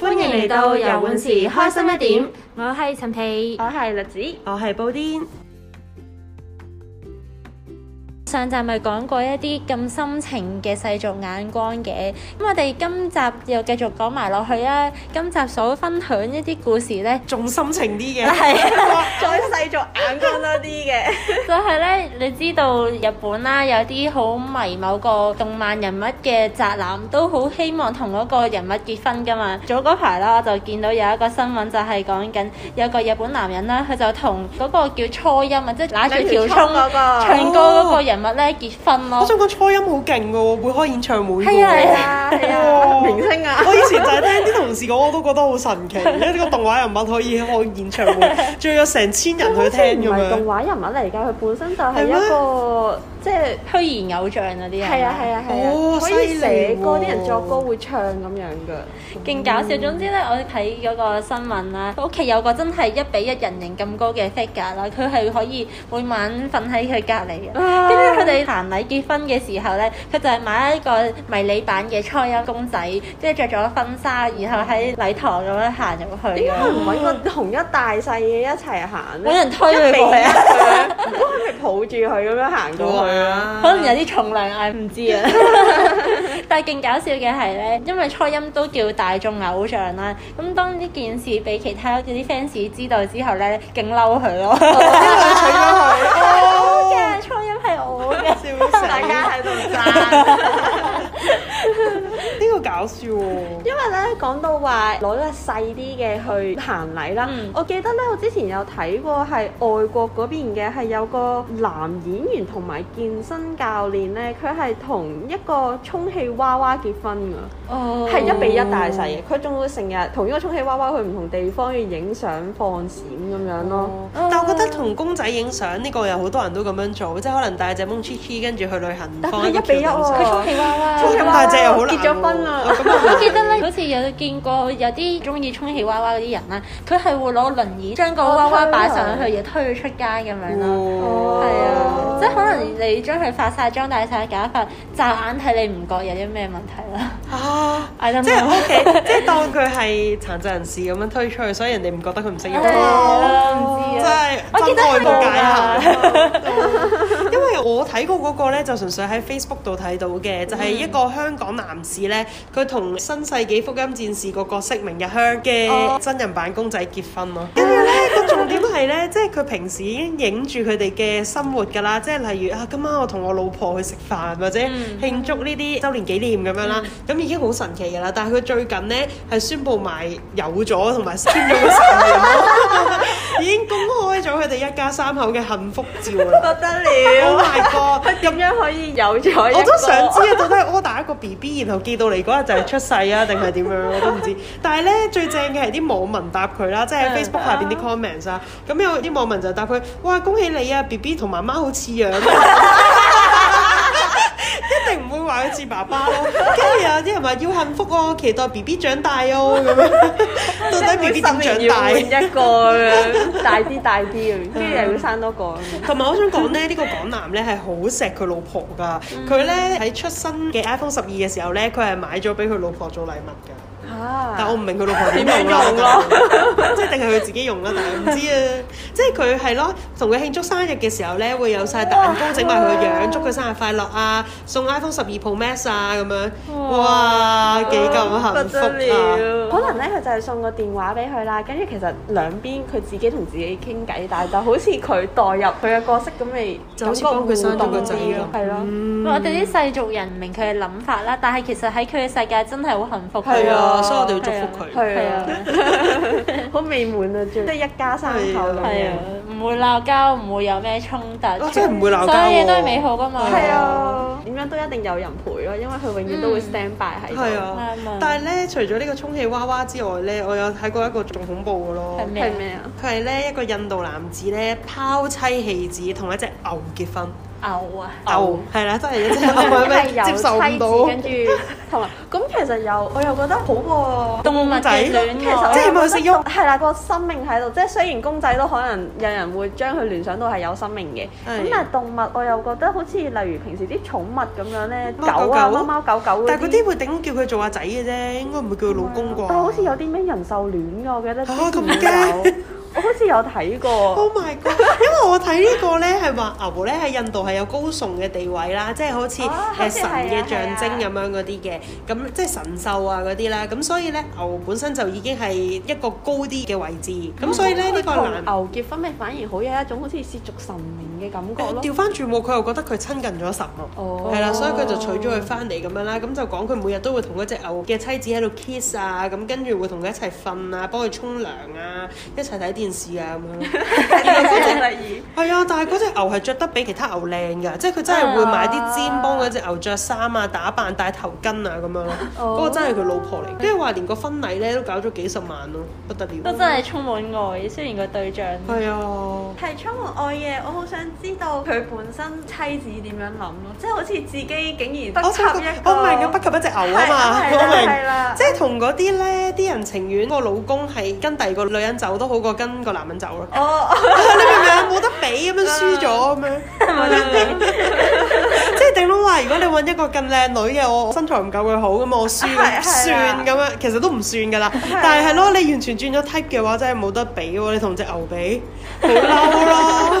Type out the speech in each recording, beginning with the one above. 嚟到游玩時開心一點，我係陳皮，我係栗子。我係布丁，上集咪講過一啲咁深情嘅世俗眼光嘅，咁我哋今集又繼續講埋落去啊！今集所分享一啲故事呢，仲深情 啲嘅， 係再細俗眼光多啲 嘅，就係呢，你知道日本啦，有啲好迷某個動漫人物嘅宅男，都好希望同嗰個人物結婚噶嘛。早嗰排啦，我就見到有一個新聞，就係講緊有個日本男人啦，佢就同嗰個叫初音啊，即係揦住條葱葱嗰個哦唱歌嗰個人物呢結婚咯我。想講初音好勁㗎喎，會開演唱會㗎係啊喎。係啊，啊 係哇啊，明星啊， 我以前就係聽啲同事講，我都覺得好神奇，一個動畫人物可以開演唱 會，仲有成千人去聽咁唔係動樣。畫人物嚟㗎，佢本身就係係咩一個即係虛擬偶像嗰啲人，係啊係啊係哦啊，可以犀利寫歌，喎啲人作歌會唱咁樣㗎。勁搞笑。總之咧，我睇嗰個新聞啦，屋企有個真係一比一人形咁高嘅 figure 啦，佢係可以每晚瞓喺佢隔離嘅。啊跟住佢哋行禮結婚嘅時候咧，佢就係買一個迷你版嘅初音公仔，跟住着咗婚紗，然後喺禮堂咁樣行入去點咁解樣。唔揾啊個同一大細嘅一齊行揾咧？人推佢過去啊！唔通佢咪抱住佢咁樣行過去啊？可能有啲重量嗌唔知 啊。但係勁搞笑嘅係咧，因為初音都叫大眾偶像啦。咁當呢件事俾其他嗰啲 fans 知道之後咧，勁嬲佢咯。哦 哦我嘅初音係我嘅。笑死！ 大家喺度爭。呢個搞笑喎，因為咧講到話攞得細啲嘅去行禮啦，嗯我記得咧我之前有睇過係外國嗰邊嘅係有個男演員同埋健身教練咧，佢係同一個充氣娃娃結婚㗎，哦係一比一大細嘅，佢仲會成日同一個充氣娃娃去唔同地方要影相放閃咁樣咯。哦但我覺得同公仔影相呢個有好多人都咁樣做，即係可能帶隻蒙 c h 跟住去旅行，但放喺佢個一比一橋度影喎相佢哎充氣娃娃。充氣咁大隻又好難喎。結咗婚啦哦咁又我記得咧，好似有見過有啲中意充氣娃娃嗰啲人啦，佢係會攞輪椅將個娃娃擺上去，又推佢出街咁樣咯。哇哦係哦啊，即係可能你將佢化晒妝、戴晒假髮，乍眼睇你唔覺有啲咩問題 啦。啊！ I don't 即係 know OK，即係當佢係殘疾人士咁樣推出去，所以人哋唔覺得佢唔啊識用。啦唔知真啊。係我記得真啊愛係冇界限。㗎，因為我睇過嗰個咧，就純粹喺 Facebook 度睇到嘅，就係、一個香港男士咧，佢同新世紀福音戰士個角色明日香嘅真人版公仔結婚咯。跟住咧個重點係咧，即係佢平時已經影住佢哋嘅生活㗎啦，即係例如啊，今晚我同我老婆去食飯或者慶祝呢啲周年紀念咁樣啦，咁、已經好神奇㗎啦。但係佢最近咧係宣布埋有咗同埋簽咗個誓言咯已經公開咗佢哋一家三口嘅幸福照 啦。不得了 Oh，my god！ 咁樣可以有咗一個我都想知啊，到底係 order 一個 B B，然後寄到嚟嗰日就係出世啊，定係點樣？我都唔知。但係咧，最正嘅係啲網民答佢啦，即係嗯喺 Facebook 下邊啲 comments 啊。咁有啲網民就答佢：哇，恭喜你啊，B B 同媽媽好似樣。一 定唔會話佢似爸爸咯，跟住有啲人話要幸福哦，期待 B B 長大哦咁 樣，到底 B B 點長大？每十年要換一個咁樣，大啲大啲咁，跟住又要生多個咁 樣。同埋我想講咧，呢、個港男咧係好錫佢老婆㗎。嗯佢咧喺出新嘅 iPhone 十二嘅時候咧，佢係買咗俾佢老婆做禮物㗎。嚇但我唔明佢老婆點用啊 點樣用啊咯啦，即係定係佢自己用啦，但係唔知啊。即係佢係咯，同佢慶祝生日嘅時候咧，會有晒蛋糕整埋佢個樣，祝佢生日快樂啊，送 iPhone 十二 Pro Max 啊咁樣。哇，幾咁幸福啊！可能咧，佢就係送個電話俾佢啦，跟住其實兩邊佢自己同自己傾偈，但係就好似佢代入佢嘅角色咁嚟，就好似幫佢生咗個仔咁係咯。我哋啲世俗人唔明佢嘅諗法啦，但係其實喺佢嘅世界真係好幸福㗎。係啊，所以我哋要祝福佢。係啊係，好美滿啊！最即係一家三口咁係啊樣。，唔會鬧交，唔會有咩衝突，我哦真係唔會鬧交所喎有嘢都係美好㗎嘛。係啊，點樣都一定有人陪咯，因為佢永遠都會 stand by 喺係度。啊啱啊，但係咧，除咗呢個充氣娃娃之外咧，我有睇過一個仲恐怖嘅咯係。咩係咩啊？佢係咧一個印度男子咧拋妻棄子，同一隻牛結婚。牛啊，牛係啦，真係一隻牛，係咪係接受唔到？跟住同埋咁其實又我又覺得好喎。動物公 嘅其戀實愛即。係冇食肉係啦，個生命喺度，即係雖然公仔都可能有人會將佢聯想到係有生命嘅，係咁但係動物我又覺得好似例如平時啲寵物咁樣咧，貓狗狗啊、狗貓貓狗狗但係嗰啲會頂叫佢做阿仔嘅啫，應該唔會叫佢老公啩。但嗯好似有啲咩人獸戀㗎，我記得嚇之前咁驚有，我好似有睇過。 Oh my god！因為我睇呢個咧係話牛咧喺印度係有高崇嘅地位啦，即係好似哦誒神嘅象徵係咁樣嗰啲嘅，咁即係神獸啊嗰啲啦，咁所以咧牛本身就已經係一個高啲嘅位置，咁所以咧呢個嗯同男牛結婚咪反而好有一種好似涉足神明嘅感覺咯。調翻轉喎，佢又覺得佢親近咗神喎。哦係啦，所以佢就娶咗佢翻嚟咁樣啦，咁就講佢每日都會同嗰只牛嘅妻子喺度 kiss 啊，咁跟住會同佢一齊瞓啊，幫佢沖涼啊，一齊睇電視啊咁 樣。第係啊，但係嗰只牛係着得比其他牛靚㗎，即係佢真係會買啲尖幫嗰只牛着衫啊、打扮、戴頭巾啊咁樣咯。 哦嗰個真係佢老婆嚟，跟住話連個婚禮咧都搞咗幾十萬咯，不得了。都真係充滿愛，雖然個對象係啊，二係充滿愛嘅，我好想知道佢本身妻子點樣諗咯，即係好似自己竟然不我及想講一個，我明啊，不及一隻牛啊係嘛，係啦我明。係啦，即係同嗰啲咧，啲人情願個老公係跟第二個女人走都好過跟個男人走咯。哦，你明唔明啊？冇得比咁樣輸咗咁樣，啊 即係頂籠話，如果你揾一個更靚女嘅，我身材唔夠佢好咁， 我輸係係啊咁算咁樣，其實都唔算㗎啦。但係啊係咯，你完全轉咗 type 嘅話，真係冇得比喎。你同只牛比，好嬲 咯。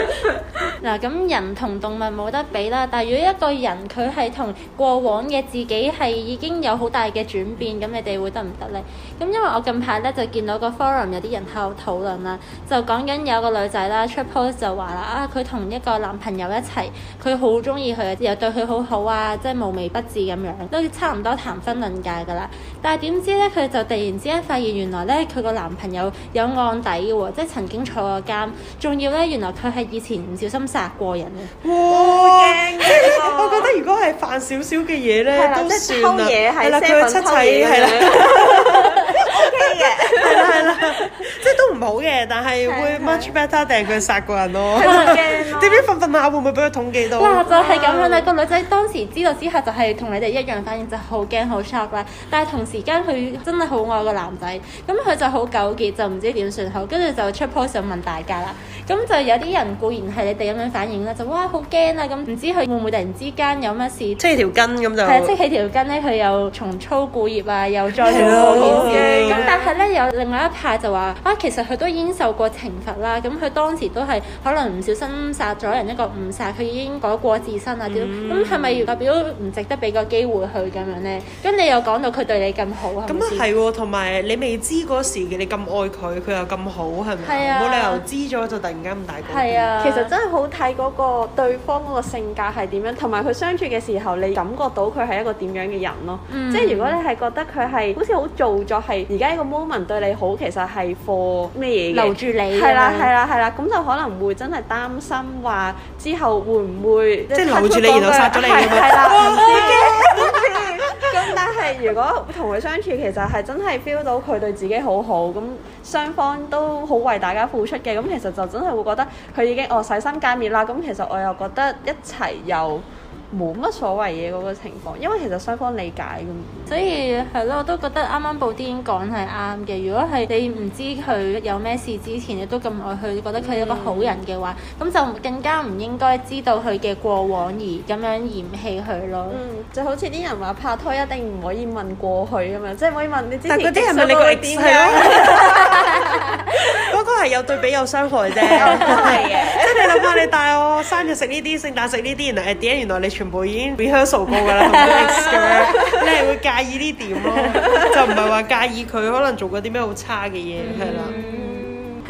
嗱，咁人同動物冇得比啦，但係如果一個人佢係同過往嘅自己係已經有好大嘅轉變，咁你哋會得唔得呢？咁因為我近排咧就見到個 forum 有啲人喺度討論啦，就講緊有個女仔啦出 post 就話啦啊，佢同一個男朋友一齊，佢好中意佢，又對佢好好啊，即係無微不至咁樣，都差唔多談婚論嫁㗎啦。但係點知咧，佢就突然之間發現原來咧佢個男朋友有案底嘅喎，即係曾經坐過監，仲要咧原來佢係以前唔小心殺過人嘅。哇！驚即係咧，我覺得如果係犯少少嘅嘢係咧，啦都即係偷算啦。嘢係係啦，佢 seven 七偷嘢仔咁係啦。嘅，係啦係啦， 即係都唔好嘅，但係會 much better 定係佢殺過人咯。驚 咯點知瞓瞓下會唔會俾佢統計到？哇！就係咁樣啦，個女仔當時知道之後就係同你哋一樣反應，就好驚好 shock 啦。但係同時間佢真係好愛個男仔，咁佢就好糾結，就唔知點算好，跟住就出 post 想問大家啦。咁就有啲人固然係你哋咁樣反應啦，就哇好驚啊！咁唔知佢會唔會突然之間有乜事？即係條筋咁就。係啊，即係條筋咧，佢又重操故業啊，又再做係哦咯過件好事。驚咁但係咧，有另外一派就話啊，其實佢都已經受過懲罰啦。咁佢當時都係可能唔小心殺咗人一個誤殺，佢已經改過自身啦。點嗯咁係咪代表唔值得俾個機會佢咁樣咧？咁你又講到佢對你咁好，係咁咪啊先？係喎，同埋你未知嗰時嘅你咁愛佢，佢又咁好，係係咪？啊冇理由知咗就突然間咁大個。係。啊，其實真係好睇嗰個對方嗰個性格係點樣，同埋佢相處嘅時候，你感覺到佢係一個點樣嘅人咯。嗯即係如果你係覺得佢係好似好做作，係而家呢個 moment 對你好，其實係 for 咩嘢嘅留住你係啦咁樣係啦係啦，咁就可能會真係擔心話之後會唔會即係留住你然後殺咗你咁樣係係啦，唔知 咁但係如果同佢相處，其實係真係 feel 到佢對自己好好，咁雙方都好為大家付出嘅，咁其實就真係會覺得佢已經哦洗心革面啦。咁其實我又覺得一齊又冇乜所謂嘅嗰個情況，因為其實雙方理解咁。所以係咯，我都覺得啱啱布丁講係啱嘅。如果係你唔知佢有咩事之前，你都咁愛佢，覺得佢係一個好人嘅話，咁、嗯就更加唔應該知道佢嘅過往而咁樣嫌棄佢咯。嗯，就好似啲人話拍拖一定唔可以問過去咁樣，即係唔可以問你之前但嗰啲係咪你激死我個會 ex 點係樣？咯？ 嗰個係有對比有傷害啫。係嘅。即係你諗下，你帶我生日食呢啲，聖誕食呢啲，然後 at the end 原來你全部已經 rehearsal 過㗎啦，同個 ex 咁樣，你係會介意呢點咯？就唔係話介意佢可能做過啲咩好差嘅嘢，係啦。嗯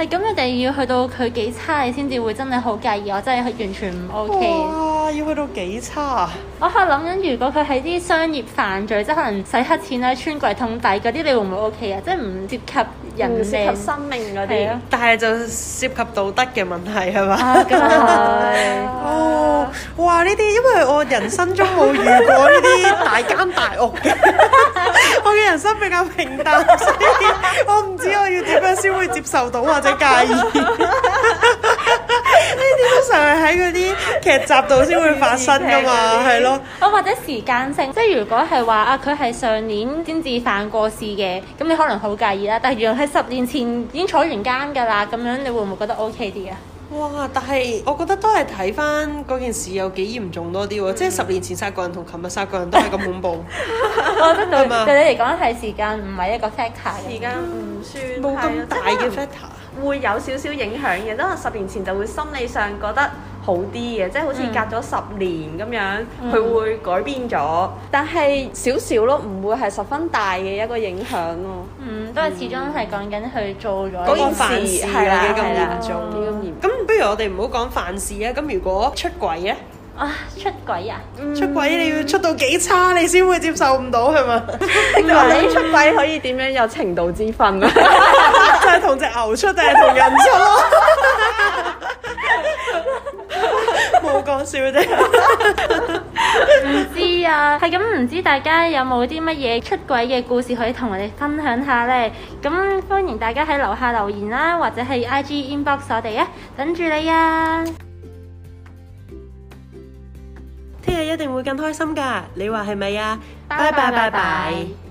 係咁、你哋要去到佢幾差，你先至會真係好介意。我真係完全唔 OK。哇！要去到幾差啊？我喺度諗緊，如果佢係啲商業犯罪，即係可能洗黑錢啦、穿櫃桶底嗰啲，你會唔會 OK 啊？即係唔涉及人唔命涉及生命係嗰啲啊。但係就涉及道德嘅問題係嘛？啊，咁 啊係。哦，哇！呢啲因為我人生中冇遇過呢啲大奸大惡嘅， 我嘅人生比較平淡， 所以 我唔知我要點樣先會接受到或者介意。通常係喺嗰啲劇集度先會發生噶嘛，係咯。 啊，或者時間性，即係如果係話啊，佢係上年先至犯過事嘅，咁你可能好介意啦。但係原來係十年前已經坐完監㗎啦，咁樣你會唔會覺得 OK 啲啊？哇！但係我覺得都係睇翻嗰件事有幾嚴重多啲嗯喎，即係十年前殺個人同琴日殺個人都係咁恐 怖，我覺得係嘛對對你嚟講係時間唔係一個 factor 嘅。時間唔算冇係咁啊大即係可嘅能 factor。會有少少影響嘅，即係十年前就會心理上覺得好啲嘅，即係好似嗯隔咗十年咁樣，佢、嗯會改變咗，但係少少咯，唔會係十分大嘅一個影響咯。嗯，都係始終係講緊去做咗嗰呢件件犯事啊係啦有幾咁係啦嚴重幾咁 嚴重咁不如我哋唔好講犯事啊，咁如果出軌咧，啊出軌啊！出軌你要出到幾差你先會接受唔到係 嘛？即係話你出軌可以點樣有程度之分啊？就係同只牛出定係同人出 咯？冇講笑啫，唔知啊，係咁唔知大家有冇啲乜嘢出軌嘅故事可以同我哋分享下呢？咁歡迎大家喺樓下留言啦，或者係 IG inbox 我哋啊，等住你啊！聽日一定會更開心㗎，你話係咪啊？拜拜。